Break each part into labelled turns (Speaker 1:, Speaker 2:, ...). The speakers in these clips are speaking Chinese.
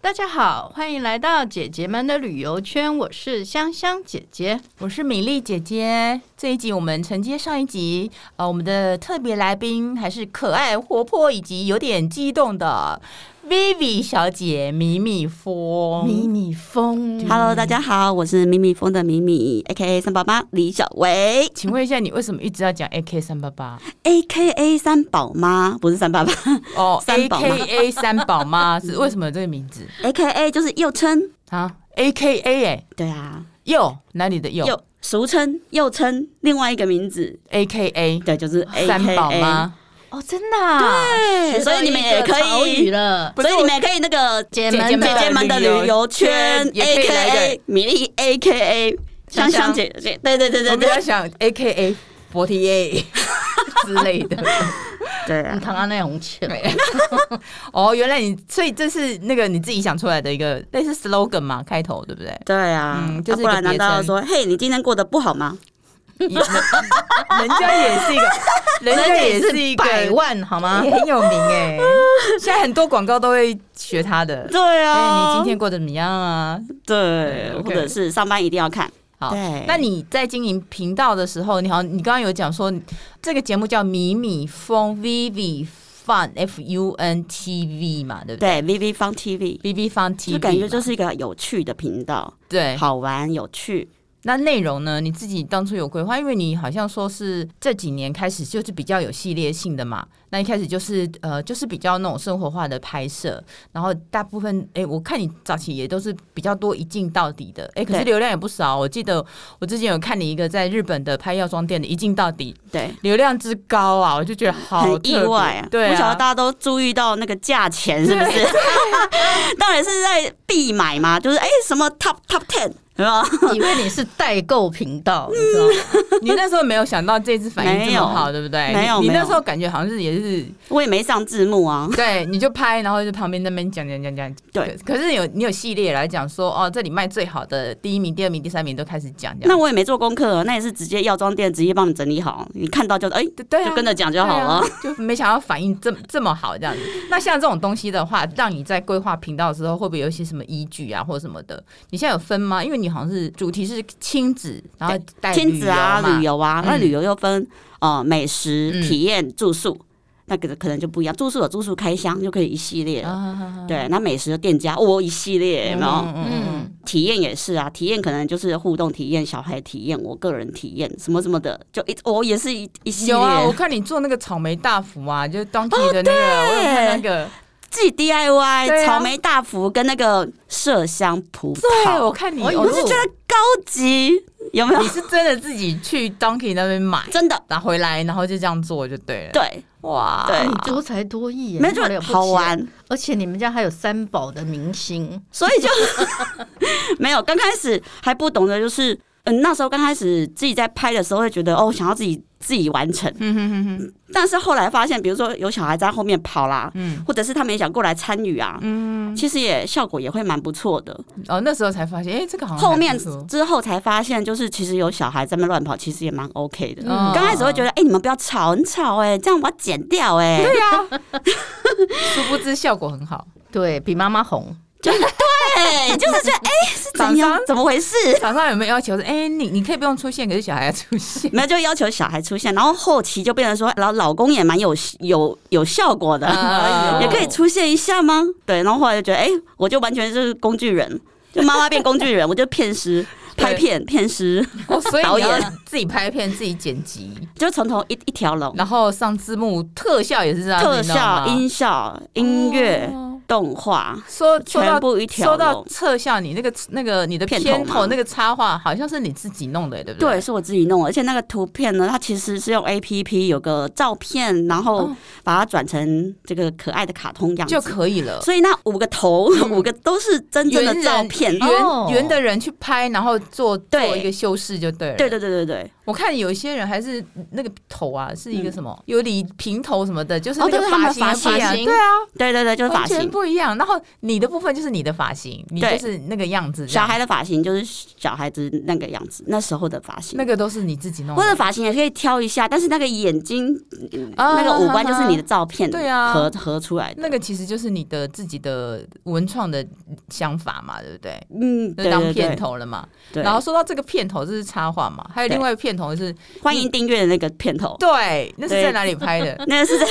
Speaker 1: 大家好，欢迎来到姐姐们的旅游圈，我是香香姐姐。
Speaker 2: 我是米粒姐姐。这一集我们承接上一集，呃，我们的特别来宾还是可爱、活泼以及有点激动的 Vivi 小姐米米风。
Speaker 1: 迷你风
Speaker 3: 嗯 Hello，大家好，我是米米风的米米，A K A 三八八李小维
Speaker 2: 请问一下，你为什么一直要讲 AK 三八八？
Speaker 3: ，A K A 三宝妈，不是三八八
Speaker 2: 哦
Speaker 3: 三宝妈
Speaker 2: ，AKA 三宝妈是为什么有这个名字
Speaker 3: ，A K A 就是又称，
Speaker 2: 啊？AKA 哎、
Speaker 3: 对啊，
Speaker 2: 又哪里的又
Speaker 3: 又俗称又称另外一个名字，
Speaker 2: ？AKA
Speaker 3: 对，就是 A
Speaker 2: 三
Speaker 3: K
Speaker 2: 宝
Speaker 3: A，
Speaker 2: 妈。哦，真的、啊？
Speaker 3: 对，所以你们也可
Speaker 1: 潮语
Speaker 3: 以，
Speaker 1: 了，
Speaker 3: 所以你们也可以那个姐
Speaker 1: 姐们
Speaker 2: 姐
Speaker 1: 的
Speaker 2: 姐
Speaker 3: 姐们的旅游圈
Speaker 2: 也可
Speaker 3: ，A
Speaker 2: 以
Speaker 3: K
Speaker 2: 来一
Speaker 3: A 米粒 A K A
Speaker 1: 香香
Speaker 3: 香香姐姐，对对对
Speaker 2: 我
Speaker 3: 对
Speaker 2: 比较
Speaker 3: 对，
Speaker 2: 想 AKA 佛提 A 之类的。
Speaker 3: 对啊，？
Speaker 1: 嗯唐安那红钱，
Speaker 2: 哦，原来你所以这是那个你自己想出来的一个类似 slogan 嘛，开头对不对
Speaker 3: 对啊
Speaker 2: 嗯，就
Speaker 3: 啊
Speaker 2: 是一
Speaker 3: 不
Speaker 2: 个
Speaker 3: 然难道
Speaker 2: 别称
Speaker 3: 说，嘿，你今天过得不好吗？
Speaker 2: 也人家也是一个，人家也是一个
Speaker 1: 百万啊好吗
Speaker 2: 也？很有名哎、现在很多广告都会学他的。
Speaker 3: 对
Speaker 2: 哎、
Speaker 3: 啊，
Speaker 2: 你今天过得怎么样啊？
Speaker 3: 对，
Speaker 2: OK
Speaker 3: 或者是上班一定要看。
Speaker 2: 好
Speaker 3: 对，
Speaker 2: 那你在经营频道的时候，你好像，你刚刚有讲说这个节目叫米米风 Vivi Fun F U N T V 嘛，对不对
Speaker 3: 对，V V 方 T V，
Speaker 2: ？Vivi Fun T V
Speaker 3: 就感觉就是一个有趣的频道，
Speaker 2: 对。
Speaker 3: 好玩有趣。
Speaker 2: 那内容呢？你自己当初有规划，因为你好像说是这几年开始就是比较有系列性的嘛。那一开始就是呃，就是比较那种生活化的拍摄，然后大部分诶，我看你早期也都是比较多一镜到底的，诶，可是
Speaker 3: 对
Speaker 2: 流量也不少。我记得我之前有看你一个在日本的拍药妆店的一镜到底，
Speaker 3: 对，
Speaker 2: 流量之高啊，我就觉得好
Speaker 3: 很意
Speaker 2: 特别
Speaker 3: 外啊！
Speaker 2: 对
Speaker 3: 不晓得
Speaker 2: 啊，
Speaker 3: 大家都注意到那个价钱是不是？ 当然是在必买嘛，就是哎、什么 top top ten 是吧？
Speaker 1: 以为你是代购频 道，你知道吗？
Speaker 2: 你那时候没有想到这次反应这
Speaker 3: 没有
Speaker 2: 么好，对不对？
Speaker 3: 没有
Speaker 2: 你你
Speaker 3: 没有
Speaker 2: 那时候感觉好像是也是
Speaker 3: 我也没上字幕啊。
Speaker 2: 对，你就拍，然后就旁边那边讲讲讲讲。
Speaker 3: 对
Speaker 2: 可，可是有你有系列来讲说，哦，这里卖最好的第一名、第二名、第三名都开始讲讲。
Speaker 3: 那我也没做功课，啊那也是直接药妆店直接帮你整理好，你看到就哎、
Speaker 2: 对对啊，
Speaker 3: 就跟着讲就好了。
Speaker 2: 对啊，就没想到反应这么这么好这样子。那像这种东西的话，让你在规划频道的时候，会不会有一些什么依据啊，或者什么的？你现在有分吗？因为你好像是主题是亲子，然后带
Speaker 3: 亲子啊，
Speaker 2: 旅游嘛
Speaker 3: 旅游啊，那
Speaker 2: 嗯
Speaker 3: 旅游又分呃美食
Speaker 2: 嗯、
Speaker 3: 体验、住宿，那个可能就不一样。住宿有住宿开箱就可以一系列了，
Speaker 2: 啊，
Speaker 3: 对，那美食的店家哦一系列，有没有？
Speaker 2: 嗯嗯
Speaker 3: 体验也是啊，体验可能就是互动体验、小孩体验、我个人体验什么什么的，就一我、也是一一系列，
Speaker 2: 有啊，我看你做那个草莓大福啊，就是当地的那个，我有看那个，
Speaker 3: 自己 DIY、
Speaker 2: 对啊
Speaker 3: 草莓大福跟那个麝香葡
Speaker 2: 对，
Speaker 3: 萄，
Speaker 2: 我看你，
Speaker 1: 我
Speaker 2: 哦
Speaker 1: 我是觉得
Speaker 3: 高级有没有
Speaker 2: 你？是真的自己去 Donkey 那边买，
Speaker 3: 真的
Speaker 2: 拿回来，然后就这样做就对了。，
Speaker 3: 对
Speaker 2: 哇，
Speaker 3: 对
Speaker 1: 哎你多才多艺耶，
Speaker 3: 没有就
Speaker 1: 好了不起
Speaker 3: 好，玩。
Speaker 1: 而且你们家还有三宝的明星，
Speaker 3: 所以就 没有。刚开始还不懂的就是，嗯，那时候刚开始自己在拍的时候会觉得，哦，想要自己自己完成。
Speaker 2: 嗯哼哼哼，
Speaker 3: 但是后来发现，比如说有小孩在后面跑啦，
Speaker 2: 嗯
Speaker 3: 或者是他们也想过来参与啊，
Speaker 2: 嗯，
Speaker 3: 其实也效果也会蛮不错的。
Speaker 2: 哦，那时候才发现，哎、这个好像
Speaker 3: 后面
Speaker 2: 还不错
Speaker 3: 之后才发现，就是其实有小孩在那边乱跑，其实也蛮 OK 的。
Speaker 2: 嗯
Speaker 3: 刚开始会觉得，哎、你们不要吵，很吵哎、这样我要剪掉哎、
Speaker 2: 对啊呀、殊不知效果很 好，
Speaker 1: 对比妈妈红，
Speaker 3: 对，就是觉得，哎、是怎
Speaker 2: 厂
Speaker 3: 样
Speaker 2: 商，
Speaker 3: 怎么回事？
Speaker 2: 厂商有没有要求说，哎、你你可以不用出现，可是小孩要出 现，
Speaker 3: 没有就要求小孩出现，然后后期就变成说，然后老公也蛮有有有效果的，
Speaker 2: 啊
Speaker 3: 也可以出现一下吗？对，然后后来就觉得，哎、我就完全就是工具人，就妈妈变工具人，我就骗师
Speaker 2: 对
Speaker 3: 拍片骗师，
Speaker 2: 哦所以
Speaker 3: 导
Speaker 2: 你要
Speaker 3: 演
Speaker 2: 自己拍片、自己剪辑，
Speaker 3: 就从头一一条龙，
Speaker 2: 然后上字幕、特效也是这样子，
Speaker 3: 特
Speaker 2: 你知道吗
Speaker 3: 效、音效、音乐、
Speaker 2: 哦
Speaker 3: 动画，
Speaker 2: 说说到
Speaker 3: 全部一条
Speaker 2: 说到
Speaker 3: 龙。
Speaker 2: 特效，你那个那个你的
Speaker 3: 片头
Speaker 2: 片
Speaker 3: 吗
Speaker 2: 头那个插画好像是你自己弄的，对不
Speaker 3: 对，？是我自己弄的，而且那个图片呢，它其实是用 A P P 有个照片，然后
Speaker 2: 哦
Speaker 3: 把它转成这个可爱的卡通样子
Speaker 2: 就可嗯以了。
Speaker 3: 所以那五个头，五个都是真正的照片。
Speaker 1: 人哦
Speaker 2: 圆圆的人去拍，然后做
Speaker 3: 对
Speaker 2: 做一个修饰就对了。
Speaker 3: 对对对对对，
Speaker 2: 我看有一些人还是那个头啊，是一个什么有理平头什么的，就是
Speaker 3: 嗯哦
Speaker 2: 那个
Speaker 3: 对他们
Speaker 2: 型的
Speaker 3: 发
Speaker 2: 不一样
Speaker 1: 型
Speaker 2: 对啊，
Speaker 3: 对对对，就是发
Speaker 2: 完
Speaker 3: 型
Speaker 2: 全。不不一样。然后你的部分就是你的发型，你
Speaker 3: 对
Speaker 2: 就是那个样子这
Speaker 3: 小
Speaker 2: 样，
Speaker 3: 孩的发型就是小孩子那个样子，那时候的发型。
Speaker 2: 那个都是你自己弄
Speaker 3: 或者
Speaker 2: 的。
Speaker 3: 发型也可以挑一下，但是那个眼睛、
Speaker 2: 啊
Speaker 3: 那个五官就是你的照片
Speaker 2: 对啊
Speaker 3: 合合出来的。
Speaker 2: 那个其实就是你的自己的文创的想法嘛，对不对？
Speaker 3: 嗯，
Speaker 2: 就
Speaker 3: 对
Speaker 2: 当
Speaker 3: 对
Speaker 2: 片
Speaker 3: 对
Speaker 2: 头了嘛。
Speaker 3: 对。
Speaker 2: 然后说到这个片头，这是插画嘛，还有
Speaker 3: 对
Speaker 2: 另外一个片头是，
Speaker 3: 欢迎订阅的那个片头，
Speaker 2: 对，那是
Speaker 3: 对
Speaker 2: 在哪里拍的？
Speaker 3: 那个是在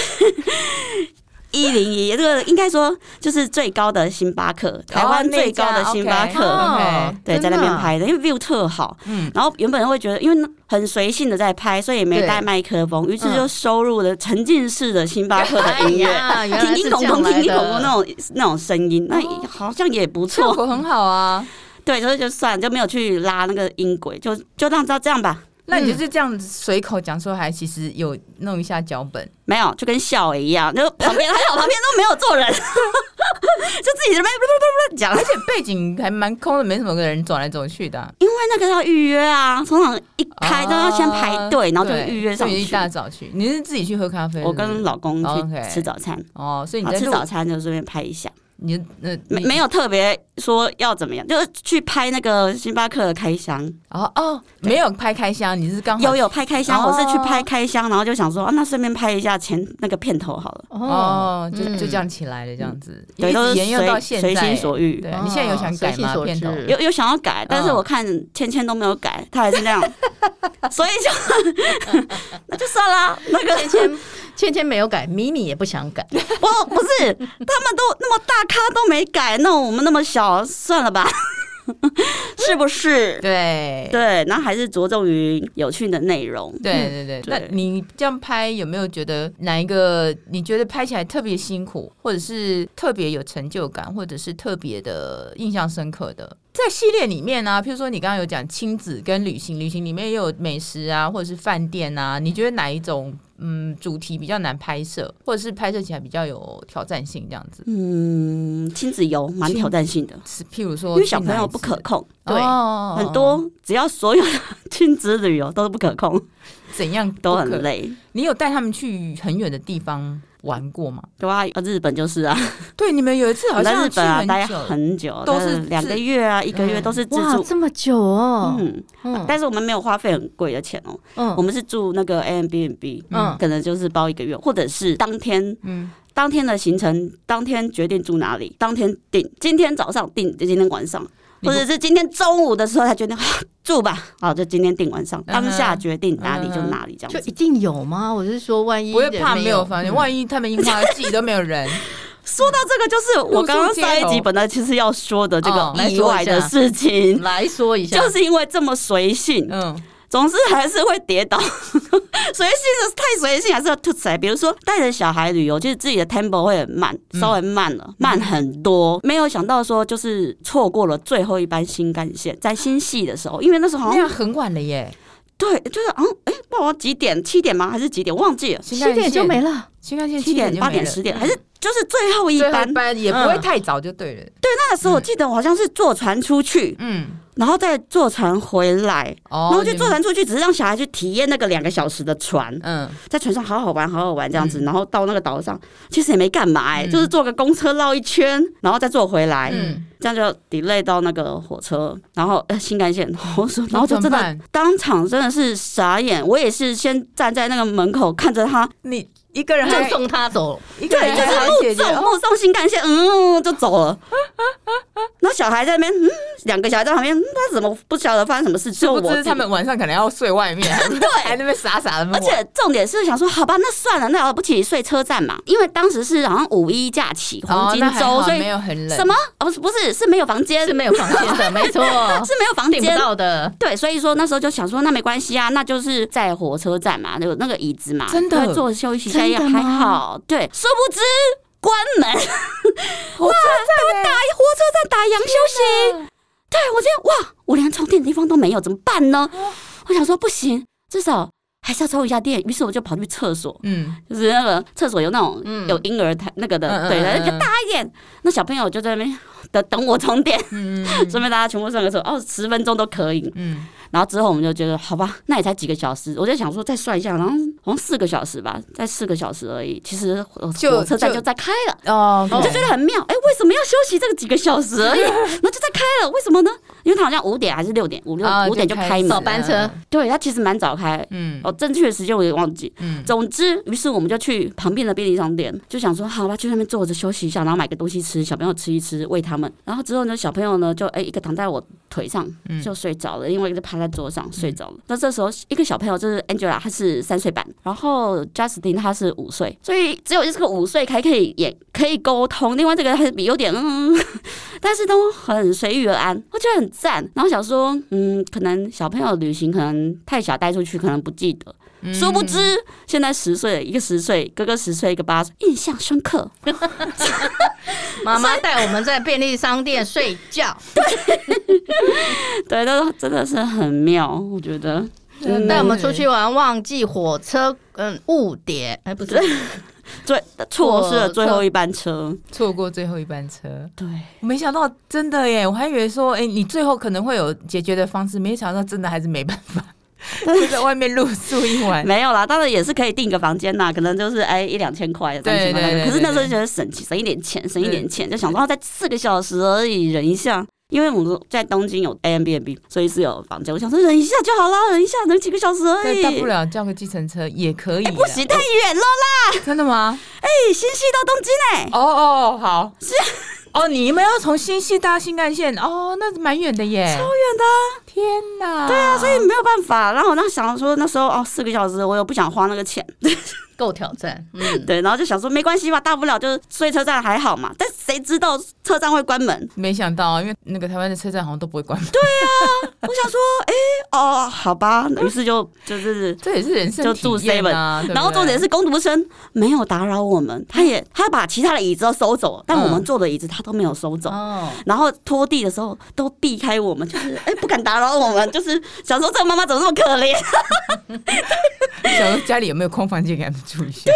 Speaker 3: 一零一，这个应该说就是最高的星巴克，台湾最高的星巴克。
Speaker 2: 哦
Speaker 1: 哦
Speaker 3: 对，在那
Speaker 1: 真
Speaker 3: 边
Speaker 1: 的啊
Speaker 3: 拍的，因为 view 特好，
Speaker 2: 嗯，
Speaker 3: 然后原本会觉得，因为很随性的在拍，所以也没
Speaker 2: 对
Speaker 3: 带麦克风，于是
Speaker 2: 嗯
Speaker 3: 就收入了沉浸式的星巴克
Speaker 1: 哎
Speaker 3: 的音乐，
Speaker 1: 呀，原来
Speaker 3: 叮叮
Speaker 1: 是
Speaker 3: 咚
Speaker 1: 这
Speaker 3: 咚、
Speaker 1: 样
Speaker 3: 叮
Speaker 1: 来
Speaker 3: 叮咚咚那
Speaker 1: 的。
Speaker 3: 种那种声音，那
Speaker 2: 哦
Speaker 3: 好像也不
Speaker 2: 效
Speaker 3: 错。
Speaker 2: 果很好啊。
Speaker 3: 对，所以就算就没有去拉那个音轨，就就让它这样吧。
Speaker 2: 那你就是这样子随口讲出来，其实有弄一下脚本，
Speaker 3: 没有，就跟笑一样，就旁边还好，旁边都没有坐人，就 自己在那边不不不讲，
Speaker 2: 而且背景还蛮空的，没什么人走来走去的啊。
Speaker 3: 因为那个要预约啊，通常一开都要先排队，然后就
Speaker 2: 啊对
Speaker 3: 预约上
Speaker 2: 所以一
Speaker 3: 去。
Speaker 2: 大早去。你是自己去喝咖啡？
Speaker 3: 我
Speaker 2: 是不
Speaker 3: 跟
Speaker 2: 是
Speaker 3: 老公
Speaker 2: 哦，OK
Speaker 3: 去吃早餐，
Speaker 2: 哦，所以你
Speaker 3: 好
Speaker 2: 在嗯
Speaker 3: 吃
Speaker 2: 录
Speaker 3: 早餐就顺便拍一下，
Speaker 2: 你那
Speaker 3: 没没有特别说要怎么样，就是去拍那个星巴克的开箱。
Speaker 2: 哦哦，没有拍开箱，你是刚好
Speaker 3: 有有拍开箱，我是去
Speaker 2: 哦
Speaker 3: 拍开箱，然后就想说，啊、那顺便拍一下前那个片头好了。
Speaker 2: 哦，就
Speaker 1: 嗯
Speaker 2: 就这样起来了，这样子，
Speaker 3: 嗯对，
Speaker 2: 一
Speaker 3: 都
Speaker 2: 直
Speaker 3: 是
Speaker 2: 沿用到
Speaker 3: 随
Speaker 2: 现
Speaker 3: 随
Speaker 2: 在
Speaker 3: 心。所欲。
Speaker 2: 对，你现在有想改吗？
Speaker 1: 哦随
Speaker 2: 片
Speaker 1: 心
Speaker 2: 头
Speaker 1: 所欲
Speaker 3: 有有想要改，但是
Speaker 2: 嗯
Speaker 3: 我看芊芊都没有改，她还是 那样，所以就 那就算啦。那个
Speaker 1: 芊芊芊芊没有改，米米也不想改。
Speaker 3: 我不是，他们都那么大咖都没改，那我们那么小，算了吧， 是不是？
Speaker 2: 对
Speaker 3: 对，嗯然后还是着重于有趣的内容。
Speaker 2: 对对对，那
Speaker 3: 对
Speaker 2: 你这样拍有没有觉得哪一个你觉得拍起来特别辛苦，或者是特别有成就感，或者是特别的印象深刻的？在系列里面呢、啊，譬如说你刚刚有讲亲子跟旅行，旅行里面也有美食啊，或者是饭店啊，你觉得哪一种嗯主题比较难拍摄，或者是拍摄起来比较有挑战性这样子？
Speaker 3: 嗯，亲子游蛮挑战性的，
Speaker 2: 是譬如
Speaker 3: 因
Speaker 2: 说
Speaker 3: 为
Speaker 2: 去哪一次，
Speaker 3: 小朋友不可控，
Speaker 1: 对
Speaker 2: 哦
Speaker 3: 很多只要所有的亲子旅游都是不可控，
Speaker 2: 怎样不
Speaker 3: 都
Speaker 2: 可
Speaker 3: 很。累。
Speaker 2: 你有带他们去很远的地方玩过吗？
Speaker 3: 对啊，日本就是啊，
Speaker 2: 对，你们有一次
Speaker 3: 我
Speaker 2: 好
Speaker 3: 在
Speaker 2: 像
Speaker 3: 日
Speaker 2: 去
Speaker 3: 本啊
Speaker 2: 很
Speaker 3: 待
Speaker 2: 久，
Speaker 3: 很久，
Speaker 2: 都是
Speaker 3: 但两个
Speaker 2: 自
Speaker 3: 月啊，一个月
Speaker 2: 嗯
Speaker 3: 都是自
Speaker 1: 哇，
Speaker 3: 助。
Speaker 1: 这么久哦。
Speaker 3: 嗯，
Speaker 1: 嗯
Speaker 3: 但是我们没有花费很贵的钱哦，
Speaker 1: 嗯
Speaker 3: 我们是住那个 a m b n b
Speaker 1: 嗯
Speaker 3: 可能就是包一个月，或者是当天
Speaker 2: 嗯，
Speaker 3: 当天的行程，当天决定住哪里，当天定，今天早上定，就今天晚上，
Speaker 2: 你
Speaker 3: 或
Speaker 2: 不
Speaker 3: 者是今天中午的时候才决定啊住吧，好，就今天定晚上，
Speaker 2: 哼
Speaker 3: 当下决定哪里
Speaker 2: 嗯
Speaker 3: 就
Speaker 2: 嗯哼
Speaker 3: 哪里这
Speaker 1: 就
Speaker 3: 样
Speaker 1: 一
Speaker 3: 子。
Speaker 1: 定有吗？我是说，万一
Speaker 2: 不会
Speaker 1: 人嗯
Speaker 2: 怕没有嗯发
Speaker 1: 发
Speaker 2: 现，
Speaker 1: 现，
Speaker 2: 万一他们樱花季都没有 人，
Speaker 3: 说到这个，就是我刚刚上一
Speaker 2: 露宿街
Speaker 3: 集
Speaker 2: 头
Speaker 3: 本来其实要说的这
Speaker 2: 哦
Speaker 3: 个
Speaker 2: 来
Speaker 3: 意
Speaker 2: 说一
Speaker 3: 外的
Speaker 2: 下
Speaker 3: 事情，
Speaker 1: 来说一下，
Speaker 3: 就是因为这么随性，
Speaker 2: 嗯，
Speaker 3: 总是还是会跌倒。 随性的太随性，还是要吐起来。比如说带着小孩旅游，就是自己的 tempo 会很慢，
Speaker 2: 嗯
Speaker 3: 稍微慢了，慢很多。没有想到说，就是错过了最后一班新干线，在新系的时候，因为那时候好
Speaker 2: 那
Speaker 3: 像
Speaker 2: 样很晚了耶，
Speaker 3: 对，就是好像哎，不知道几点，七点吗？还是几点？忘记了，
Speaker 2: 新
Speaker 1: 七
Speaker 2: 干
Speaker 1: 点
Speaker 2: 线
Speaker 1: 就，没了。
Speaker 2: 新干线
Speaker 3: 七点、
Speaker 2: 就
Speaker 3: 八
Speaker 2: 没
Speaker 3: 点、
Speaker 2: 了嗯
Speaker 3: 十点，还是就是最后一
Speaker 2: 最后
Speaker 3: 班
Speaker 2: 一。班也不会
Speaker 1: 嗯
Speaker 2: 太早就对了，
Speaker 3: 那时候我记得我好像是坐船出去，
Speaker 2: 嗯，
Speaker 3: 然后再坐船回来，
Speaker 2: 哦，
Speaker 3: 然后就
Speaker 2: 你
Speaker 3: 坐
Speaker 2: 们，
Speaker 3: 船出去，只是让小孩去体验那个两个小时的船。
Speaker 2: 嗯，
Speaker 3: 在船上好好玩，好好玩这样子，然后到那个岛上，其实也没干嘛、欸，就是坐个公车绕一圈，然后再坐回来，
Speaker 2: 嗯
Speaker 3: 这样就 delay 到那个火车，然后呃新干线，然后说然后就真
Speaker 2: 怎么
Speaker 3: 的
Speaker 2: 办
Speaker 3: 当场真的是傻眼，我也是先站在那个门口看着他，
Speaker 2: 你一个人
Speaker 1: 就
Speaker 2: 还
Speaker 1: 送他走，
Speaker 2: 一个
Speaker 3: 对，
Speaker 2: 人
Speaker 3: 就
Speaker 2: 还好
Speaker 3: 是
Speaker 2: 解
Speaker 3: 目
Speaker 2: 决
Speaker 3: 送
Speaker 2: 哦
Speaker 3: 目送新干线，嗯，就走了。那小孩在那边，嗯，两个小孩在旁边，嗯他怎么不晓得发生什么事？只有
Speaker 2: 殊
Speaker 3: 我
Speaker 2: 不
Speaker 3: 自
Speaker 2: 知
Speaker 3: 己
Speaker 2: 他们晚上可能要睡外 面，还在那边傻傻的玩，
Speaker 3: 而且重点是想说，好吧，那算了，那了不起睡车站嘛，因为当时是好像五一假期黄
Speaker 2: 哦
Speaker 3: 金
Speaker 2: 那还
Speaker 3: 周，
Speaker 2: 好
Speaker 3: 所以
Speaker 2: 没有很冷，
Speaker 3: 什么？哦，不是不是，是没有房间，
Speaker 1: 是没有房间的，没错，
Speaker 3: 是没有房
Speaker 1: 订不
Speaker 3: 间。
Speaker 1: 到的。
Speaker 3: 对，所以说那时候就想说，那没关系啊，那就是在火车站嘛，有那个椅子嘛，
Speaker 2: 真的
Speaker 3: 就坐休息一下
Speaker 1: 真
Speaker 3: 也
Speaker 1: 的
Speaker 3: 还
Speaker 1: 吗
Speaker 3: 好。对，殊不知关门，火
Speaker 2: 火车
Speaker 3: 车
Speaker 2: 站
Speaker 3: 站打烊休息。对，我觉得哇，我连充电的地方都没有，怎么办呢？我想说不行，至少还是要充一下电，于是我就跑去厕所。
Speaker 2: 嗯，
Speaker 3: 就是那个厕所有那种
Speaker 1: 嗯
Speaker 3: 有婴儿台那个的，
Speaker 2: 嗯
Speaker 3: 对，
Speaker 2: 嗯
Speaker 3: 然后
Speaker 2: 嗯
Speaker 3: 就大一点。那小朋友就在那边等等我充电，
Speaker 2: 嗯
Speaker 3: 顺便大家全部上个厕所，哦，十分钟都可以。
Speaker 2: 嗯
Speaker 3: 然后之后我们就觉得，好吧，那也才几个小时，我就想说再算一下，然后好像四个小时吧，再四个小时而已。其实呃
Speaker 2: 就
Speaker 3: 火车站
Speaker 2: 就
Speaker 3: 就在开了。
Speaker 2: 哦，
Speaker 3: 我就觉得很妙，哎、为什么要休息这个几个小时 而已？然后就在开了，为什么呢？因为它好像五点还是六点，五六
Speaker 2: 啊
Speaker 3: 五点就开门
Speaker 2: 始
Speaker 1: 早
Speaker 3: 了。
Speaker 1: 班车
Speaker 3: 对，它其实蛮早开，
Speaker 2: 嗯
Speaker 3: 哦，正确的时间我也忘记。
Speaker 2: 嗯
Speaker 3: 总之，于是我们就去旁边的便利商店，就想说好吧，去那边坐着休息一下，然后买个东西吃，小朋友吃一吃，喂他们。然后之后呢，小朋友呢就哎、一个躺在我腿上
Speaker 2: 嗯
Speaker 3: 就睡着了，另外一个就趴在桌上睡着了。那这时候一个小朋友就是 Angela，她是三岁半，然后 Justin 他是五岁，所以只有这个五岁还可以也可以沟通，另外这个还是有点嗯，但是都很随遇而安，我觉得很赞。然后想说，嗯，可能小朋友旅行可能太小带出去，可能不记得。
Speaker 2: 嗯
Speaker 3: 殊不知，现在十岁，一个十岁，哥哥十岁，一个八岁，印象深刻。
Speaker 1: 妈妈带我们在便利商店睡觉，
Speaker 3: 对，都真的是很妙，我觉得。
Speaker 2: 嗯
Speaker 1: 带我们出去玩，忘记火车嗯误点，哎不是
Speaker 3: 最错失了最后一班车，
Speaker 2: 错过最后一班车，
Speaker 3: 对，
Speaker 2: 我没想到真的耶，我还以为说，哎、你最后可能会有解决的方式，没想到真的还是没办法， 就在外面露宿一晚。
Speaker 3: 没有啦。当然也是可以订个房间啦，可能就是哎一两千块，
Speaker 2: 对
Speaker 3: 3000块
Speaker 2: 对对
Speaker 3: 可是那
Speaker 2: 对
Speaker 3: 时候
Speaker 2: 对
Speaker 3: 觉得省省一点钱，省一点钱，就想说哦，在四个小时而已，忍一下。因为我们在东京有 a m b n b 所以是有房间。我想说忍一下就好啦，忍一下，忍几个小时而
Speaker 2: 但
Speaker 3: 已。
Speaker 2: 大不了叫个计程车也可以啦、
Speaker 3: 哎不行，太远了，
Speaker 2: 真的 吗？
Speaker 3: 哎，新系到东京哎、
Speaker 2: 哦哦，好，是哦，你们要从新系搭新干线哦，那蛮远的耶，超远的，啊天哪！对啊，所以
Speaker 3: 没有办法。然后我那想说，那时候哦，四个小时，我又不想花那个钱，
Speaker 1: 够挑战，嗯，
Speaker 3: 对。然后就想说，没关系吧，大不了就是睡车站还好嘛。但谁知道车站会关门？
Speaker 2: 没想到，因为那个台湾的车站好像都不会关门，
Speaker 3: 我想说，哎、哦，好吧。于是就就是，
Speaker 2: 这也是人生
Speaker 3: 就
Speaker 2: 体
Speaker 3: 住
Speaker 2: 验啊。对不对
Speaker 3: 然后重点是工读生没有打扰我们，他也他把其他的椅子都收走，但我们
Speaker 2: 嗯
Speaker 3: 坐的椅子他都没有收走。
Speaker 1: 哦，
Speaker 3: 然后拖地的时候都避开我们，就是哎、不敢打扰我们，就是想说这个妈妈怎么那么可怜？
Speaker 2: 想说家里有没有空房间 给他们住一下，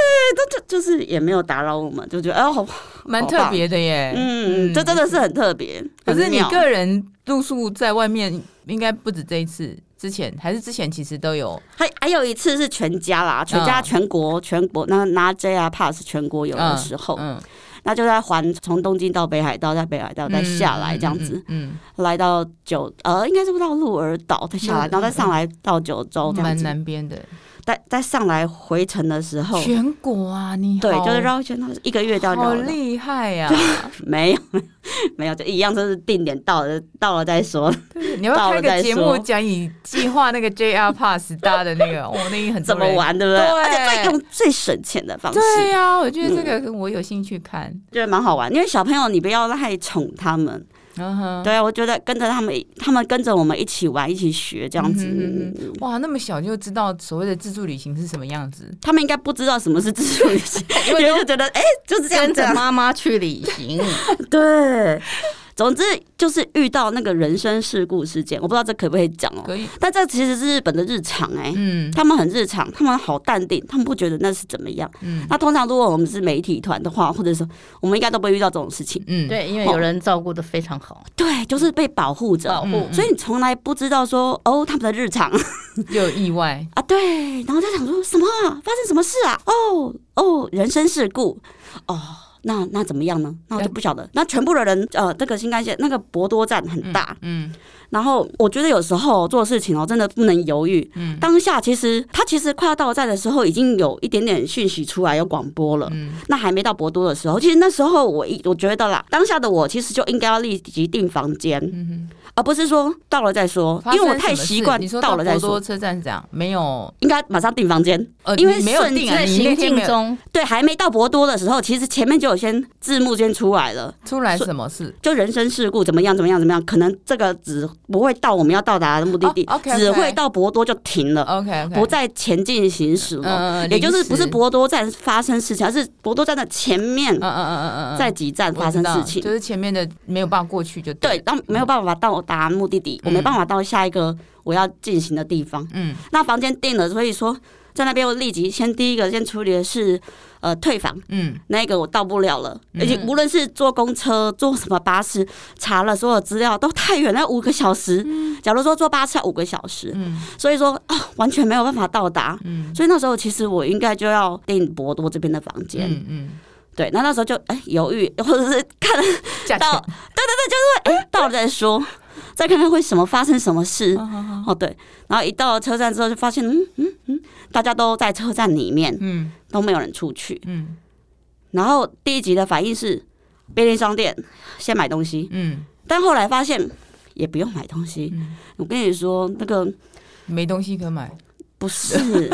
Speaker 3: 就就是也没有打扰我们，就觉得哎、好，
Speaker 2: 蛮特别的耶。
Speaker 3: 嗯，这真的是很特别。
Speaker 2: 可是
Speaker 3: 很
Speaker 2: 你
Speaker 3: 妙
Speaker 2: 个人露宿在外面，应该不止这一次，之前还是之前其实都有
Speaker 3: 还还有一次是全家啦，全家
Speaker 2: 嗯
Speaker 3: 全国、全国那拿啊 JR Pass 全国游的时候，
Speaker 2: 嗯，
Speaker 3: 那就在环从东京到北海道，在北海道再下来这样子，
Speaker 2: 嗯，
Speaker 3: 来到九呃应该是到鹿儿岛再下来，
Speaker 2: 嗯
Speaker 3: 然后再上来到九州
Speaker 2: 嗯
Speaker 3: 这样
Speaker 2: 蛮
Speaker 3: 子，
Speaker 2: 南边的，
Speaker 3: 再再上来回程的时候，
Speaker 2: 全国啊，你好
Speaker 3: 对，就是绕一圈，它是一个月都要
Speaker 2: 好
Speaker 3: 绕了，
Speaker 2: 厉害啊 呀！
Speaker 3: 没有没有，就一样，就是定点到了到了再说，
Speaker 2: 你要不要开个节
Speaker 3: 到
Speaker 2: 目
Speaker 3: 了再说
Speaker 2: 讲你计划那个 JR Pass 搭的那个， 哦，那个很多
Speaker 3: 怎么
Speaker 2: 人？
Speaker 3: 玩，对不
Speaker 2: 对
Speaker 3: 而且再用最省钱的方式，
Speaker 2: 对呀、我觉得这个
Speaker 3: 嗯
Speaker 2: 我有兴趣看。
Speaker 3: 觉得蛮好玩，因为小朋友你不要太宠他们。
Speaker 2: 嗯哼，
Speaker 3: 对，我觉得跟着他们，他们跟着我们一起玩，一起学这样子。
Speaker 2: 嗯哼哇，那么小就知道所谓的自助旅行是什么样子，
Speaker 3: 他们应该不知道什么是自助旅 行，因为就觉得哎、就是这样
Speaker 1: 跟
Speaker 3: 子
Speaker 1: 着
Speaker 3: 啊。
Speaker 1: 妈妈去旅行，
Speaker 3: 对，总之就是遇到那个人生事故事件，我不知道这可不可以讲哦。
Speaker 2: 可以，
Speaker 3: 但这其实是日本的日常哎、
Speaker 2: 嗯
Speaker 3: 他们很日常，他们好淡定，他们不觉得那是怎么样。
Speaker 2: 嗯
Speaker 3: 那通常如果我们是媒体团的话，或者说我们应该都不会遇到这种事情。
Speaker 2: 嗯，
Speaker 1: 对，因为有人照顾的非常好，
Speaker 3: 对，就是被保护着，
Speaker 1: 保护
Speaker 2: 嗯
Speaker 3: 所以你从来不知道说哦他们的日常。
Speaker 2: 有意外，
Speaker 3: 啊，对，然后就想说什么啊，发生什么事啊？哦哦，人身事故，哦，那那怎么样呢？那我就不晓得。那全部的人，呃，这个新干线那个博多站很大，
Speaker 2: 嗯
Speaker 3: 然后我觉得有时候做事情哦，真的不能犹豫。
Speaker 2: 嗯
Speaker 3: 当下其实他其实快要到站的时候，已经有一点点讯息出来，有广播了。
Speaker 2: 嗯
Speaker 3: 那还没到博多的时候，其实那时候我一我觉得啦，当下的我其实就应该要立即订房间，
Speaker 2: 嗯
Speaker 3: 而不是说到了再说，
Speaker 2: 哼，
Speaker 3: 因为我
Speaker 2: 发生什
Speaker 3: 太
Speaker 2: 么
Speaker 3: 习
Speaker 2: 事
Speaker 3: 惯
Speaker 2: 你说
Speaker 3: 到了再
Speaker 2: 博多
Speaker 3: 说，
Speaker 2: 车站这样没有，
Speaker 3: 应该马上订房间。
Speaker 2: 呃，
Speaker 3: 因为
Speaker 2: 你没有
Speaker 3: 瞬
Speaker 2: 定啊，
Speaker 1: 在
Speaker 2: 你那
Speaker 1: 行
Speaker 2: 天没
Speaker 1: 进
Speaker 2: 有
Speaker 1: 中
Speaker 3: 对，还没到博多的时候，其实前面就有先字幕先出来了，
Speaker 2: 出来什么事？
Speaker 3: 就人身事故怎么样怎么样怎么样，可能这个只不会到我们要到达的目的地，
Speaker 2: 哦，OK，OK
Speaker 3: 只会到博多就停了。
Speaker 2: OK OK，
Speaker 3: 不再前进行驶了，
Speaker 2: 嗯，嗯
Speaker 3: 也就是不是，
Speaker 2: 嗯
Speaker 3: 博多站发生事情，而是博多站的前面
Speaker 2: 临时嗯嗯嗯嗯嗯，
Speaker 3: 在几站
Speaker 2: 我
Speaker 3: 发生
Speaker 2: 知道
Speaker 3: 事情
Speaker 2: 就。是前面的没有办法过去就
Speaker 3: 对，，然后没有办法到达目的地，我没办法到下一个我要进行的地方。
Speaker 2: 嗯
Speaker 3: 那房间定了，所以说在那边我立即先第一个先处理的是呃退房，
Speaker 2: 嗯，
Speaker 3: 那个我到不了了，而且无论是坐公车、坐什么巴士，查了所有资料都太远，那五个小时。假如说坐巴士要五个小时，
Speaker 2: 嗯
Speaker 3: 所以说啊、完全没有办法到达。
Speaker 2: 嗯
Speaker 3: 所以那时候其实我应该就要订博多这边的房间，
Speaker 2: 嗯嗯，
Speaker 3: 对。那那时候就哎犹、豫，或者是看
Speaker 2: 价
Speaker 3: 到
Speaker 2: 钱，
Speaker 3: 到了再说，再看看会什么发生什么 事。哦，对。然后一到了车站之后，就发现嗯嗯嗯，大家都在车站里面，
Speaker 2: 嗯
Speaker 3: 都没有人出去。
Speaker 2: 嗯
Speaker 3: 然后第一集的反应是便利商店先买东西，
Speaker 2: 嗯，
Speaker 3: 但后来发现也不用买东西。
Speaker 2: 嗯
Speaker 3: 我跟你说，那个
Speaker 2: 没东西可买，
Speaker 3: 不 是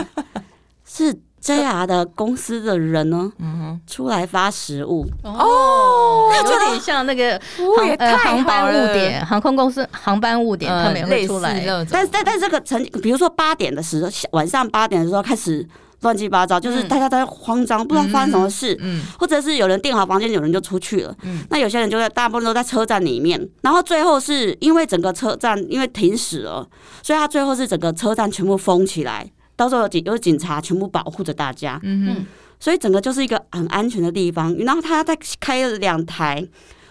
Speaker 3: 是 JR 的公司的人呢
Speaker 2: 嗯哼，
Speaker 3: 出来发食物，
Speaker 1: 哦，有点像那个
Speaker 2: 我
Speaker 1: 航呃航班误，点，航空公司航班误点，他们也会出来。哦
Speaker 3: 但但但这个曾比如说八点的时候，晚上八点的时候开始乱七八糟，就是
Speaker 1: 嗯
Speaker 3: 大家都在慌张，不知道发生什么事。
Speaker 2: 嗯
Speaker 3: 或者是有人订好房间，有人就出去了。那有些人就在大部分都在车站里面，然后最后是因为整个车站因为停驶了，所以他最后是整个车站全部封起来。到时候有警有警察全部保护着大家，
Speaker 2: 嗯
Speaker 3: 所以整个就是一个很安全的地方。然后他在开了两台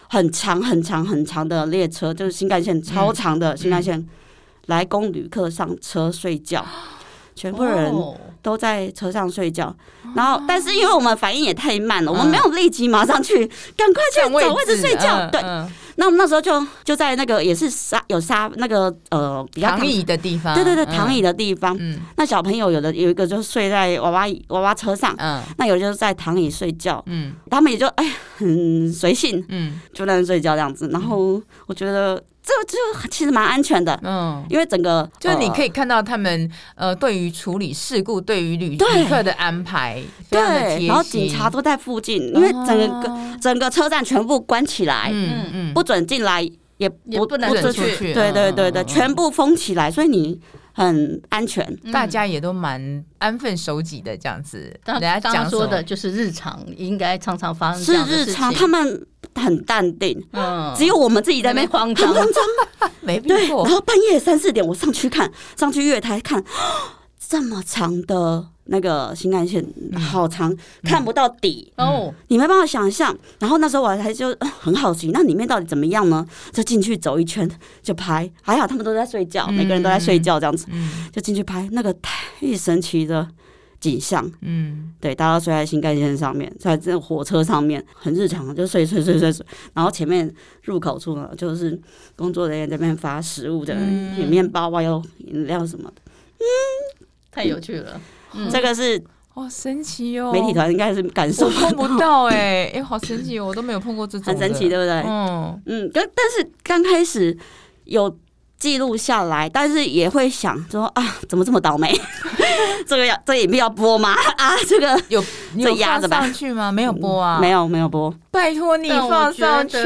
Speaker 3: 很长、很长、很长的列车，就是新干线超长的新干线，来供旅客上车睡觉，全部人
Speaker 1: 哦
Speaker 3: 都在车上睡
Speaker 2: 哦
Speaker 3: 觉，然后但是因为我们反应也太慢了，我们没有立即马上去，赶快去
Speaker 2: 嗯占
Speaker 3: 找位置睡觉。对，
Speaker 2: 嗯
Speaker 3: 那我们那时候就就在那个也是沙有沙那个呃比较
Speaker 2: 躺，椅的地方，
Speaker 3: 对对对，躺椅
Speaker 2: 的，
Speaker 3: 的地方。
Speaker 2: 嗯
Speaker 3: 那小朋友有的有一个就睡在娃娃椅娃娃车上，
Speaker 2: 嗯
Speaker 3: 那有的就是在躺椅睡觉，
Speaker 2: 嗯
Speaker 3: 他们也就哎很随性，
Speaker 2: 嗯
Speaker 3: 就在那睡觉这样子。然后我觉得这就其实蛮安全的，
Speaker 2: 嗯。
Speaker 3: 因为整个
Speaker 2: 就是你
Speaker 3: 呃
Speaker 2: 可以看到他们呃，对于处理事故、对于旅
Speaker 3: 对
Speaker 2: 旅客的安排，非常的贴
Speaker 3: 对，
Speaker 2: 心
Speaker 3: 然后警察都在附近，因为整个、
Speaker 2: 哦
Speaker 3: 整个车站全部关起来，
Speaker 2: 嗯嗯
Speaker 3: 不准进来，也不
Speaker 1: 也不能
Speaker 2: 不
Speaker 1: 出
Speaker 2: 准出
Speaker 1: 去
Speaker 2: 去，
Speaker 3: 对对
Speaker 2: 嗯
Speaker 3: 对对，
Speaker 2: 嗯
Speaker 3: 全部封起来，所以你很安全。
Speaker 2: 嗯大家也都蛮安分守己的这样子。
Speaker 1: 刚
Speaker 2: 人家
Speaker 1: 刚刚
Speaker 2: 讲
Speaker 1: 说
Speaker 2: 什么
Speaker 1: 的，就是日常应该常常发生这
Speaker 3: 是
Speaker 1: 样的
Speaker 3: 日
Speaker 1: 事
Speaker 3: 常，
Speaker 1: 情
Speaker 3: 他们很淡定，
Speaker 1: 嗯
Speaker 3: 只有我们自己在那
Speaker 1: 没
Speaker 3: 边
Speaker 1: 慌
Speaker 3: 很
Speaker 1: 张，
Speaker 3: 慌张。
Speaker 2: 没
Speaker 3: 对，
Speaker 2: 遇过
Speaker 3: 然，后半夜三四点，我上去看，上去月台看， 这么长的那个新干线，好长，看不到底。
Speaker 1: 哦，
Speaker 3: 你没办法想象。然后那时候我还就呃很好奇，那里面到底怎么样呢？就进去走一圈就拍，还好他们都在睡觉，
Speaker 2: 嗯
Speaker 3: 每个人都在睡觉，这样子
Speaker 2: 嗯
Speaker 3: 就进去拍，那个太神奇的景象。
Speaker 2: 嗯
Speaker 3: 对，大家睡在新干线上面，在这火车上面，很日常，就睡睡睡睡睡。然后前面入口处呢，就是工作人员这边发食物的，
Speaker 2: 嗯
Speaker 3: 有面包啊，有饮料什么的。
Speaker 1: 太有趣了，
Speaker 2: 哦
Speaker 1: 嗯
Speaker 3: 这个是
Speaker 2: 好神奇哦，
Speaker 3: 媒体团应该是感受
Speaker 2: 我碰不到哎，哎，好神奇哦，我都没有碰过这种，
Speaker 3: 很神奇，对，不对？
Speaker 2: 嗯
Speaker 3: 嗯，刚但是刚开始有记录下来，但是也会想说啊，怎么这么倒霉？ 这个要这影片要播吗？啊，这个
Speaker 2: 有你有
Speaker 3: 这鸭
Speaker 2: 放
Speaker 3: 子吧
Speaker 2: 上去吗？没有播啊，
Speaker 3: 没有没有播，
Speaker 2: 拜托你
Speaker 1: 但我
Speaker 2: 放
Speaker 1: 觉得
Speaker 2: 上去，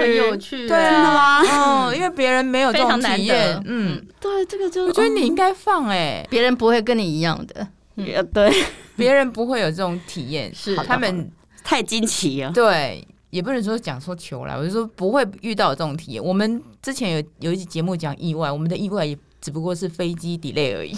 Speaker 1: 很有趣，
Speaker 2: 对
Speaker 3: 真的
Speaker 2: 啊
Speaker 3: 吗？
Speaker 2: 嗯，因为别人没有这
Speaker 1: 非常
Speaker 2: 种
Speaker 1: 难
Speaker 2: 体
Speaker 1: 得
Speaker 2: 验，，嗯，，
Speaker 3: 对，这个就
Speaker 2: 我觉得你应该放哎，
Speaker 1: 别人不会跟你一样的，
Speaker 3: 呃对，
Speaker 2: 别人不会有这种体验，
Speaker 1: 是
Speaker 2: 他们
Speaker 3: 太惊奇了。
Speaker 2: 对。也不能说讲说求来，我就说不会遇到有这种体验。我们之前有有一集节目讲意外，我们的意外也只不过是飞机 delay 而已，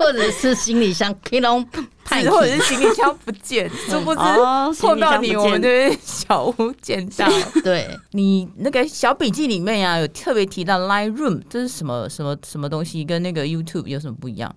Speaker 1: 或者是行李箱 k i l o 派
Speaker 2: 或者是行李箱不 见，殊不知
Speaker 3: 哦，
Speaker 2: 碰到你，
Speaker 3: 行
Speaker 2: 我们
Speaker 3: 李箱不见
Speaker 2: 这边小巫见大巫。
Speaker 1: 对，
Speaker 2: 你那个小笔记里面啊，有特别提到 Live Room，这是什么什么什么东西？跟那个 YouTube 有什么不一样？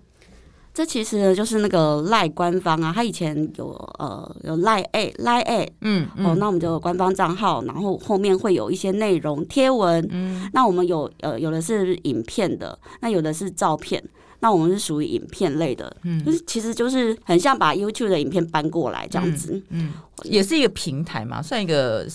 Speaker 3: 这其实呢就是那个赖官方啊，他以前有呃有赖 A 赖 A
Speaker 2: 嗯
Speaker 3: 哦，那我们就有官方账号，然后后面会有一些内容贴文，
Speaker 2: 嗯
Speaker 3: 那我们有呃有的是影片的，那有的是照片，那我们是属于影片类的，就
Speaker 2: 嗯
Speaker 3: 是其实就是很像把 YouTube 的影片搬过来这样子，
Speaker 2: 嗯，也是一个平台嘛，算一个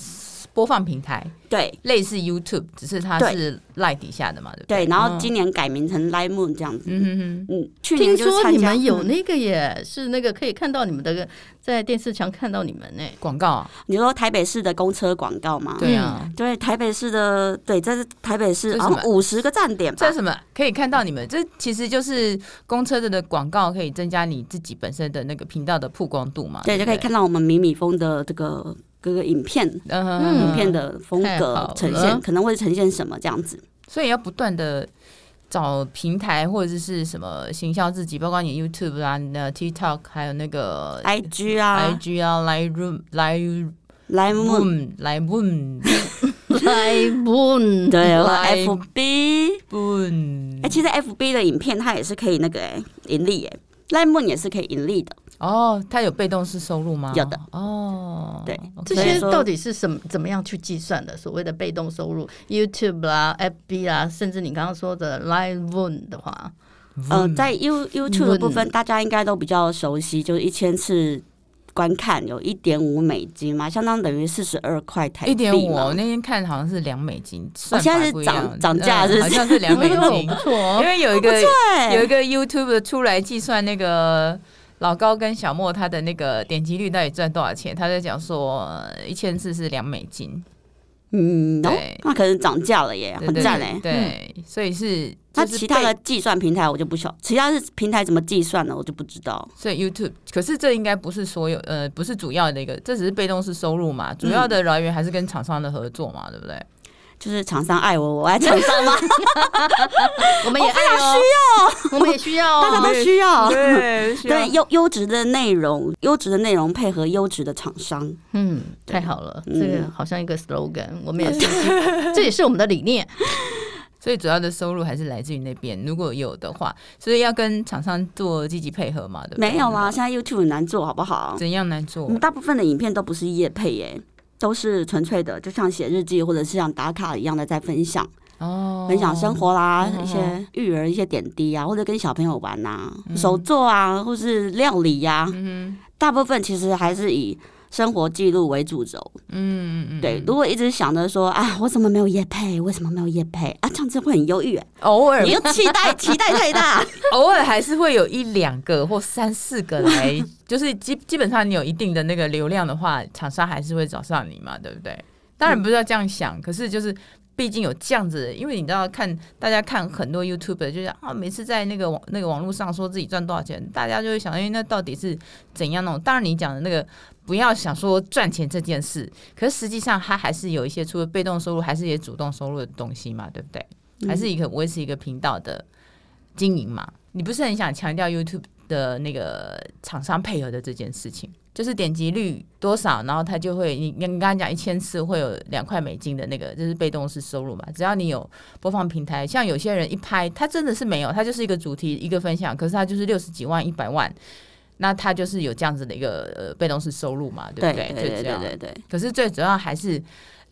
Speaker 2: 播放平台，
Speaker 3: 对
Speaker 2: 类似 YouTube，只是它
Speaker 3: 对
Speaker 2: 是 Live 底下的嘛，对不
Speaker 3: 对，
Speaker 2: 对？
Speaker 3: 然后
Speaker 2: 嗯
Speaker 3: 今年改名成 Live Moon 这样子，
Speaker 2: 嗯哼
Speaker 3: 嗯，去年
Speaker 1: 听
Speaker 3: 就
Speaker 1: 说
Speaker 3: 参
Speaker 1: 你
Speaker 3: 加
Speaker 1: 们有
Speaker 3: 嗯
Speaker 1: 那个耶，是那个可以看到你们的，在电视墙看到你们呢。
Speaker 2: 哼，广告啊，
Speaker 3: 你说台北市的公车广告吗？
Speaker 2: 对啊，
Speaker 3: 对，台北市的对，这是台北
Speaker 2: 这
Speaker 3: 市
Speaker 2: 是
Speaker 3: 好
Speaker 2: 什
Speaker 3: 像五十个站点
Speaker 2: 这
Speaker 3: 吧
Speaker 2: 是。什么可以看到你们？这其实就是公车的广告，可以增加你自己本身的那个频道的曝光度嘛，
Speaker 3: 对，
Speaker 2: 不
Speaker 3: 就可以看到我们米米风的这个各个影片、
Speaker 2: 嗯哼
Speaker 1: 嗯
Speaker 3: 呃影片的风
Speaker 1: 太好
Speaker 3: 格呈现，
Speaker 1: 了
Speaker 3: 可能会呈现什么这样子。
Speaker 2: 所以要不断的找平台或者是什么行销自己，包括你 YouTube 啊、你的 TikTok，还有那个
Speaker 3: IG 啊
Speaker 2: IG 啊、Lightroom、Lightroom、
Speaker 3: ，Lightroom，
Speaker 2: Lightroom、
Speaker 1: 来
Speaker 3: 哎
Speaker 1: 不？
Speaker 3: 对，或
Speaker 2: Lime
Speaker 3: FB，哎、
Speaker 2: Boom，
Speaker 3: 其实 FB 的影片它也是可以那个、哎盈利哎、赖 l 也是可以盈利的，
Speaker 2: 哦，它有被动式收入吗？
Speaker 3: 有的
Speaker 2: 哦，
Speaker 3: 对
Speaker 2: OK
Speaker 1: 这
Speaker 3: 所以
Speaker 1: 些
Speaker 3: 说
Speaker 1: 到底是什么？怎么样去计算的？所谓的被动收入，YouTube 啦、FB 啦，甚至你刚刚说的 Live One 的话，
Speaker 3: 呃，
Speaker 2: 嗯
Speaker 3: 在 You YouTube 的部分，大家应该都比较熟悉，就是一千次观看有一点五美金嘛，相当等于四十二块台
Speaker 2: 一
Speaker 3: 币
Speaker 2: 点五，
Speaker 3: 嘛。
Speaker 2: 我那天看好像是两美金，算
Speaker 3: 现在
Speaker 2: 法
Speaker 3: 是
Speaker 2: 不一
Speaker 3: 涨
Speaker 2: 样
Speaker 3: 涨价
Speaker 2: 嗯
Speaker 3: 是不
Speaker 2: 好
Speaker 3: 是
Speaker 2: 像是两美 金
Speaker 1: 不，错哦
Speaker 2: 因。为有一个
Speaker 3: 对
Speaker 2: 有一个 YouTube 出来计算那个老高跟小莫他的那个点击率到底赚多少钱，他在讲说呃一千次是两美金，
Speaker 3: 嗯，哦
Speaker 2: 对
Speaker 3: 那可能涨价了耶，
Speaker 2: 对
Speaker 3: 很
Speaker 2: 对
Speaker 3: 赞
Speaker 2: 对
Speaker 3: 嘞。
Speaker 2: 对，所以是
Speaker 3: 那
Speaker 2: 就是
Speaker 3: 其他
Speaker 2: 被
Speaker 3: 的计算平台我就不晓，其他的平台怎么计算呢？我就不知道。
Speaker 2: 所以 YouTube，可是这应该不是所有呃不是主要的一个，这只是被动式收入
Speaker 3: 嗯
Speaker 2: 嘛，主要的来源还是跟厂商的合作嘛，对不对？
Speaker 3: 就是厂商爱我，我爱 厂商吗？
Speaker 1: 我们也爱哦，我们也需要
Speaker 3: 大家
Speaker 1: 哦。
Speaker 3: 都需要。
Speaker 2: 对，需要
Speaker 3: 嗯对优优质的内容，优质的内容配合优质的厂商，
Speaker 1: 嗯，太好了，
Speaker 3: 嗯
Speaker 1: 这个好像一个 slogan，我们也是，这也是我们的理念。
Speaker 2: 所以主要的收入还是来自于那边，如果有的话，所以要跟厂商做积极配合嘛，对不对？
Speaker 3: 没有啦，现在 YouTube 很难做好不好？
Speaker 2: 怎样难做
Speaker 3: 嗯，？大部分的影片都不是业配耶，都是纯粹的，就像写日记或者是像打卡一样的在分享，
Speaker 2: 哦，
Speaker 3: 分享生活啦，
Speaker 2: 嗯
Speaker 3: 一些育儿一些点滴啊，或者跟小朋友玩呐、手作啊，或是料理呀、
Speaker 2: 嗯哼，
Speaker 3: 大部分其实还是以。生活记录为主轴，
Speaker 2: 嗯嗯嗯，
Speaker 3: 对。如果一直想着说啊，我怎么没有业配？为什么没有业配啊？这样子会很忧郁 耶，
Speaker 2: 偶尔
Speaker 3: 你又期待期待太大，
Speaker 2: 偶尔还是会有一两个或三四个来， 就是基基本上你有一定的那个流量的话，厂商还是会找上你嘛，对不对？当然不是要这样想，可是就是。毕竟有这样子的，因为你知道看大家看很多 YouTube，就是啊，每次在那个网那个网络上说自己赚多少钱，大家就会想，哎、那到底是怎样弄？当然你讲的那个不要想说赚钱这件事，可是实际上它还是有一些除了被动收入，还是也主动收入的东西嘛，对不对？还是一个维持一个频道的经营嘛。你不是很想强调 YouTube 的那个厂商配合的这件事情，就是点击率多少，然后它就会你你刚刚讲一千次会有两块美金的那个，就是被动式收入嘛。只要你有播放平台，像有些人一拍，他真的是没有，他就是一个主题一个分享，可是他就是六十几万、一百万。那他就是有这样子的一个呃被动式收入嘛， 对
Speaker 3: 对
Speaker 2: 不对？
Speaker 3: 对对
Speaker 2: 就这
Speaker 3: 对
Speaker 2: 样
Speaker 3: 对对，
Speaker 2: 可是最主要还是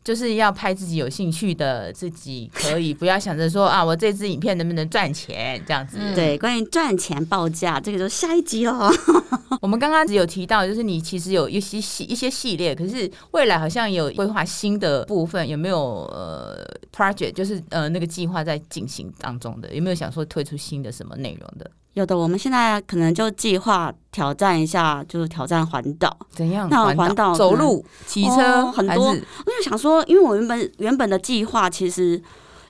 Speaker 2: 就是要拍自己有兴趣的，自己可 以不要想着说啊，我这支影片能不能赚钱这样子。
Speaker 3: 对，关于赚钱报价，这个就下一集哦了。
Speaker 2: 我们刚刚只有提到，就是你其实有一些系一些系列，可是未来好像有规划新的部分，有没有呃 project，就是呃那个计划在进行当中的，有没有想说推出新的什么内容的？
Speaker 3: 有的，我们现在可能就计划挑战一下，就是挑战环岛。
Speaker 2: 怎样？
Speaker 3: 那环岛
Speaker 2: 岛走路、骑车、
Speaker 3: 哦很多
Speaker 2: 还是
Speaker 3: 我就想说，因为我原本原本的计划其实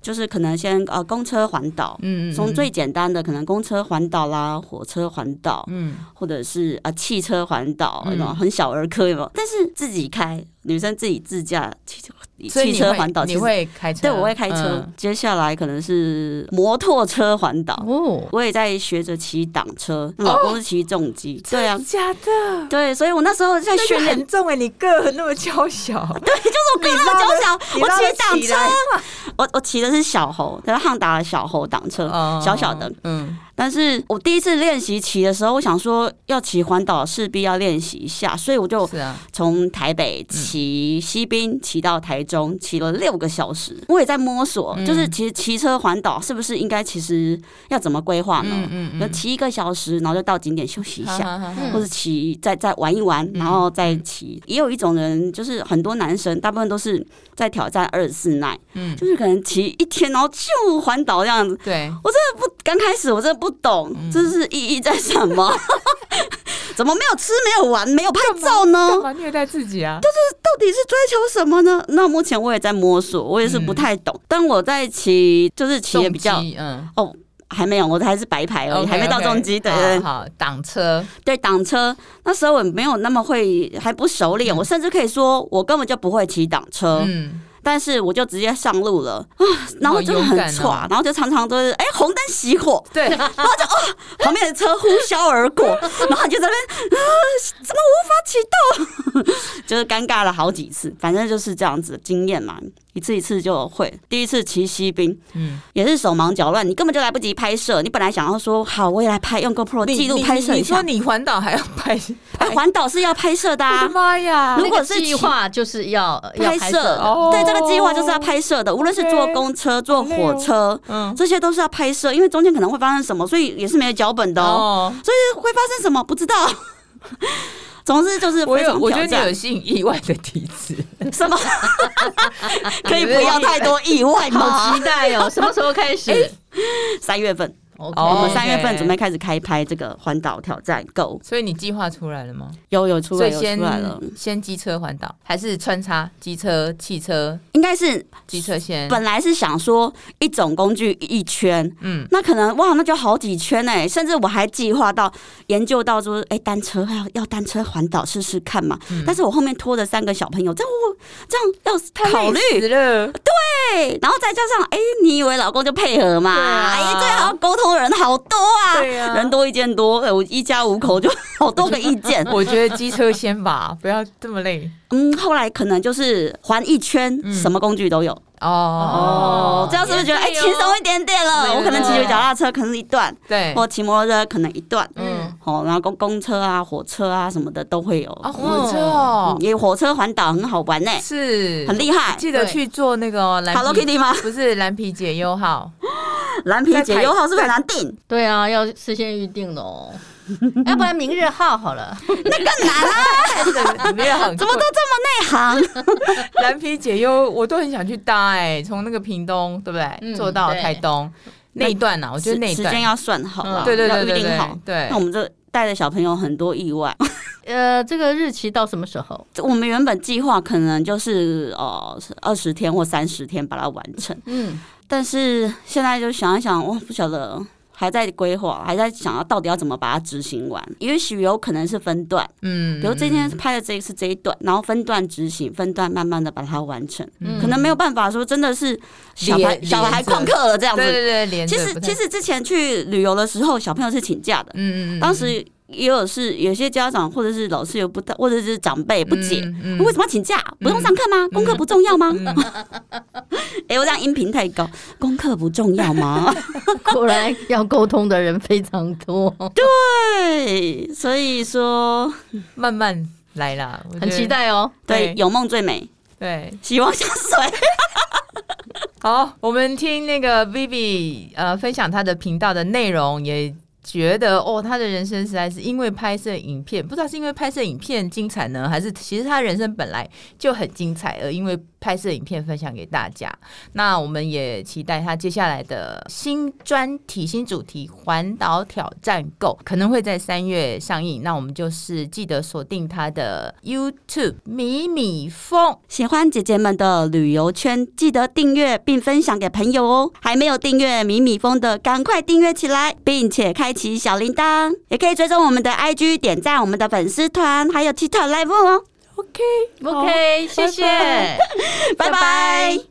Speaker 3: 就是可能先呃公车环岛，
Speaker 2: 嗯嗯，
Speaker 3: 从
Speaker 2: 嗯
Speaker 3: 最简单的可能公车环岛啦、火车环岛，
Speaker 2: 嗯
Speaker 3: 或者是啊、呃汽车环岛，
Speaker 2: 嗯
Speaker 3: 那种很小儿科有没有？但是自己开，女生自己自驾汽车
Speaker 2: 所以
Speaker 3: 汽
Speaker 2: 你
Speaker 3: 车
Speaker 2: 会
Speaker 3: 环岛，
Speaker 2: 你
Speaker 3: 其实
Speaker 2: 会开车？
Speaker 3: 对我会开车。
Speaker 2: 嗯
Speaker 3: 接下来可能是摩托车环岛。
Speaker 1: 哦，
Speaker 3: 我也在学着骑挡车，老公是骑重机，对啊，
Speaker 2: 假哦的，
Speaker 3: 对，所以我那时候在
Speaker 2: 那
Speaker 3: 训
Speaker 2: 个
Speaker 3: 练
Speaker 2: 很重哎，你个很那么娇小， 对，就是我
Speaker 3: 那就想
Speaker 2: 你
Speaker 3: 我
Speaker 2: 拉得
Speaker 3: 骑挡
Speaker 2: 起
Speaker 3: 车
Speaker 2: 来，
Speaker 3: 我我骑的是小猴，它是汉达的小猴挡车，小小的。，
Speaker 2: 嗯，
Speaker 3: 但是我第一次练习骑的时候，我想说要骑环岛势必要练习一下，所以我就是
Speaker 2: 啊，
Speaker 3: 从台
Speaker 2: 嗯
Speaker 3: 北骑西滨骑到台中，骑了六个小时。我也在摸索，
Speaker 2: 嗯
Speaker 3: 就是其实骑车环岛是不是应该其实要怎么规划呢？
Speaker 2: 嗯
Speaker 3: 就骑一个小时，然后就到景点休息一下。
Speaker 1: 嗯
Speaker 3: 或者骑再再玩一
Speaker 2: 嗯
Speaker 3: 玩，然后再骑。也有一种人，就是很多男生，大部分都是在挑战二十四耐，
Speaker 2: 嗯
Speaker 3: 就是可能骑一天，然后就环岛这样子。
Speaker 2: 对，
Speaker 3: 刚开始我真的不懂，
Speaker 2: 嗯
Speaker 3: 这是意义在什么？ 怎么没有吃、没有玩、没有拍照呢？
Speaker 2: 干
Speaker 3: 到
Speaker 2: 嘛虐待自己啊？
Speaker 3: 底是追求什么呢？那目前我也在摸索，我也是不太懂。但我在骑，就是骑的比较
Speaker 2: 重击嗯，
Speaker 3: 还没有，我还是白牌而已，还没到重机。对对对
Speaker 2: 好，好挡车，
Speaker 3: 对挡车，那时候我没有那么会，还不熟练。我甚至可以说，我根本就不会骑挡车。
Speaker 2: 嗯，
Speaker 3: 但是我就直接上路了啊，然后我真的
Speaker 2: 好勇敢
Speaker 3: 很
Speaker 2: 哦
Speaker 3: 喘，然后就常常都是哎、红灯熄火，
Speaker 2: 对，
Speaker 3: 旁边的车呼啸而过， 然后你就在那边、啊、怎么无法启动，就是尴尬了好几次。反正就是这样子经验嘛，一次一次就会。第一次骑西兵
Speaker 2: 嗯，
Speaker 3: 也是手忙脚乱，你根本就来不及拍摄。你本来想要说好，我也来拍，用 GoPro
Speaker 2: 你
Speaker 3: 哦记录
Speaker 2: 你
Speaker 3: 拍摄
Speaker 2: 你
Speaker 3: 一
Speaker 2: 你说
Speaker 3: 下。
Speaker 2: 你环岛还要拍，
Speaker 3: 哎，环岛是要拍摄的
Speaker 2: 我
Speaker 3: 啊
Speaker 2: 的。妈呀！
Speaker 3: 如果是
Speaker 1: 那个计划就是要呃要
Speaker 3: 拍哦
Speaker 1: 摄的
Speaker 2: 哦
Speaker 3: 对这个计划就是要拍摄的，无论是坐
Speaker 2: OK
Speaker 3: 公车、坐火车，
Speaker 2: 嗯，
Speaker 3: 这些都是要拍摄，因为中间可能会发生什么，所以也是没有脚本的哦。
Speaker 2: 哦，
Speaker 3: 所以会发生什么不知道。 总之就是
Speaker 2: 我
Speaker 3: 非
Speaker 2: 有，
Speaker 3: 常
Speaker 2: 我觉得
Speaker 3: 挑
Speaker 2: 你有
Speaker 3: 战。
Speaker 2: 吸引意外的体质，
Speaker 3: 什么？ 可以不要太多意外
Speaker 1: 好
Speaker 3: 吗
Speaker 1: 期？待哦！什么时候开始
Speaker 3: 三月份，我
Speaker 2: 哦
Speaker 1: ？OK，
Speaker 3: 们三月份
Speaker 2: OK
Speaker 3: 准备开始开拍这个环岛挑战 Go，嗯
Speaker 2: 所以你计划出来了吗？
Speaker 3: 有有 出
Speaker 2: 所
Speaker 3: 来
Speaker 2: 以
Speaker 3: 有
Speaker 2: 先
Speaker 3: 出来了，
Speaker 2: 先机车环岛，还是穿插机车、汽车、
Speaker 3: 应该是
Speaker 2: 机车先？
Speaker 3: 本来是想说一种工具一圈。
Speaker 2: 嗯，
Speaker 3: 那可能哇，那就好几圈哎、甚至我还计划到研究到说，哎、单车要要单车环岛试试看嘛。但是我后面拖着三个小朋友，这样我这样要考虑
Speaker 2: 死了，
Speaker 3: 对，然后再加上，哎、你以为老公就配合嘛？
Speaker 2: 对啊
Speaker 3: 哎、最好沟通的人好多啊，
Speaker 2: 对啊
Speaker 3: 人多意见多，哎我一家五口就 好多个意见。
Speaker 2: 我觉得机车先吧，不要这么累
Speaker 3: 嗯，后来可能就是环一圈，
Speaker 2: 嗯
Speaker 3: 什么工具都有。
Speaker 2: 哦
Speaker 3: 哦，这样是不是觉得哎
Speaker 1: 也
Speaker 3: 轻
Speaker 1: 可以哦
Speaker 3: 松一点点了？
Speaker 2: 没
Speaker 3: 我可能骑
Speaker 2: 错
Speaker 3: 脚踏车可能一段，
Speaker 2: 对，啊
Speaker 3: 或骑摩托车可能一段，
Speaker 2: 嗯
Speaker 1: 嗯，
Speaker 3: 哦，然后公公车啊、火车啊什么的都会有。
Speaker 2: 啊，火车哦
Speaker 3: 嗯，也火车环岛很好玩呢、
Speaker 2: 是
Speaker 3: 很厉害。
Speaker 2: 记得去做那个哦蓝
Speaker 3: Hello
Speaker 2: 皮，
Speaker 3: Kitty 吗？
Speaker 2: 不是蓝皮解忧 号，
Speaker 3: 蓝皮
Speaker 2: 在
Speaker 3: 解
Speaker 2: 台
Speaker 3: 忧号是不是很难订？
Speaker 1: 对啊，要事先预定的哦，要不然明日号好了。
Speaker 3: 更难啊！
Speaker 2: 里面很
Speaker 3: 怎么都这么内行？
Speaker 2: 蓝皮解忧，我都很想去搭哎，从那个屏东对不对，
Speaker 1: 嗯
Speaker 2: 坐到
Speaker 1: 对
Speaker 2: 台东那一段啊呐，我觉得
Speaker 3: 时
Speaker 2: 那一
Speaker 3: 时
Speaker 2: 段
Speaker 3: 间要算好啦，
Speaker 1: 嗯
Speaker 2: 对对对
Speaker 3: 要
Speaker 2: 对
Speaker 3: 预定好
Speaker 2: 对。对
Speaker 3: 那我，们这带着小朋友很多意外，
Speaker 1: 呃，这个日期到什么时候？
Speaker 3: 我们原本计划可能就是呃二十天或三十天把它完成，
Speaker 1: 嗯，
Speaker 3: 但是现在就想一想，我不晓得。还在规划，还在想要到底要怎么把它执行完。也许有可能是分段，
Speaker 2: 嗯
Speaker 3: 比如今天拍的这一次这一段，然后分段执行，分段慢慢的把它完成。
Speaker 1: 嗯
Speaker 3: 可能没有办法说真的是小孩
Speaker 2: 连
Speaker 3: 小孩
Speaker 2: 连着
Speaker 3: 旷课了这样
Speaker 2: 对
Speaker 3: 子。
Speaker 2: 对对，连着
Speaker 3: 其实
Speaker 2: 不太
Speaker 3: 其实之前去旅游的时候，小朋友是请假的，
Speaker 2: 嗯嗯嗯，
Speaker 3: 当时也有是有些家长或者是老师有不大，或者是长辈不解。
Speaker 2: 嗯
Speaker 3: 为什么要请假？不用上课吗？功课不重要吗？
Speaker 2: 嗯
Speaker 3: 哎、我这样音频太高，功课不重要吗？
Speaker 1: 果然要沟通的人非常多，
Speaker 3: 对，所以说，
Speaker 2: 慢慢来啦，我觉
Speaker 1: 很
Speaker 2: 得
Speaker 1: 期。待哦。
Speaker 3: 对
Speaker 2: 对，
Speaker 3: 有梦最美，
Speaker 2: 对，
Speaker 3: 希望相随。
Speaker 2: 好，我们听那个 Vivi 呃分享她的频道的内容，也觉得哦，她的人生实在是因为拍摄影片，不知道是因为拍摄影片精彩呢，还是其实她人生本来就很精彩，而因为拍摄影片分享给大家。那我们也期待她接下来的新专题、新主题《环岛挑战 Go》可能会在三月上映。那我们就是记得锁定她的 YouTube 米米风。
Speaker 3: 喜欢姐姐们的旅游圈，记得订阅并分享给朋友哦。还没有订阅米米风的，赶快订阅起来，并且开启小铃铛，也可以追踪我们的 IG，点赞我们的粉丝团，还有 TikTok Live 哦。
Speaker 2: OK
Speaker 1: OK，谢谢。
Speaker 2: 拜拜
Speaker 3: 拜拜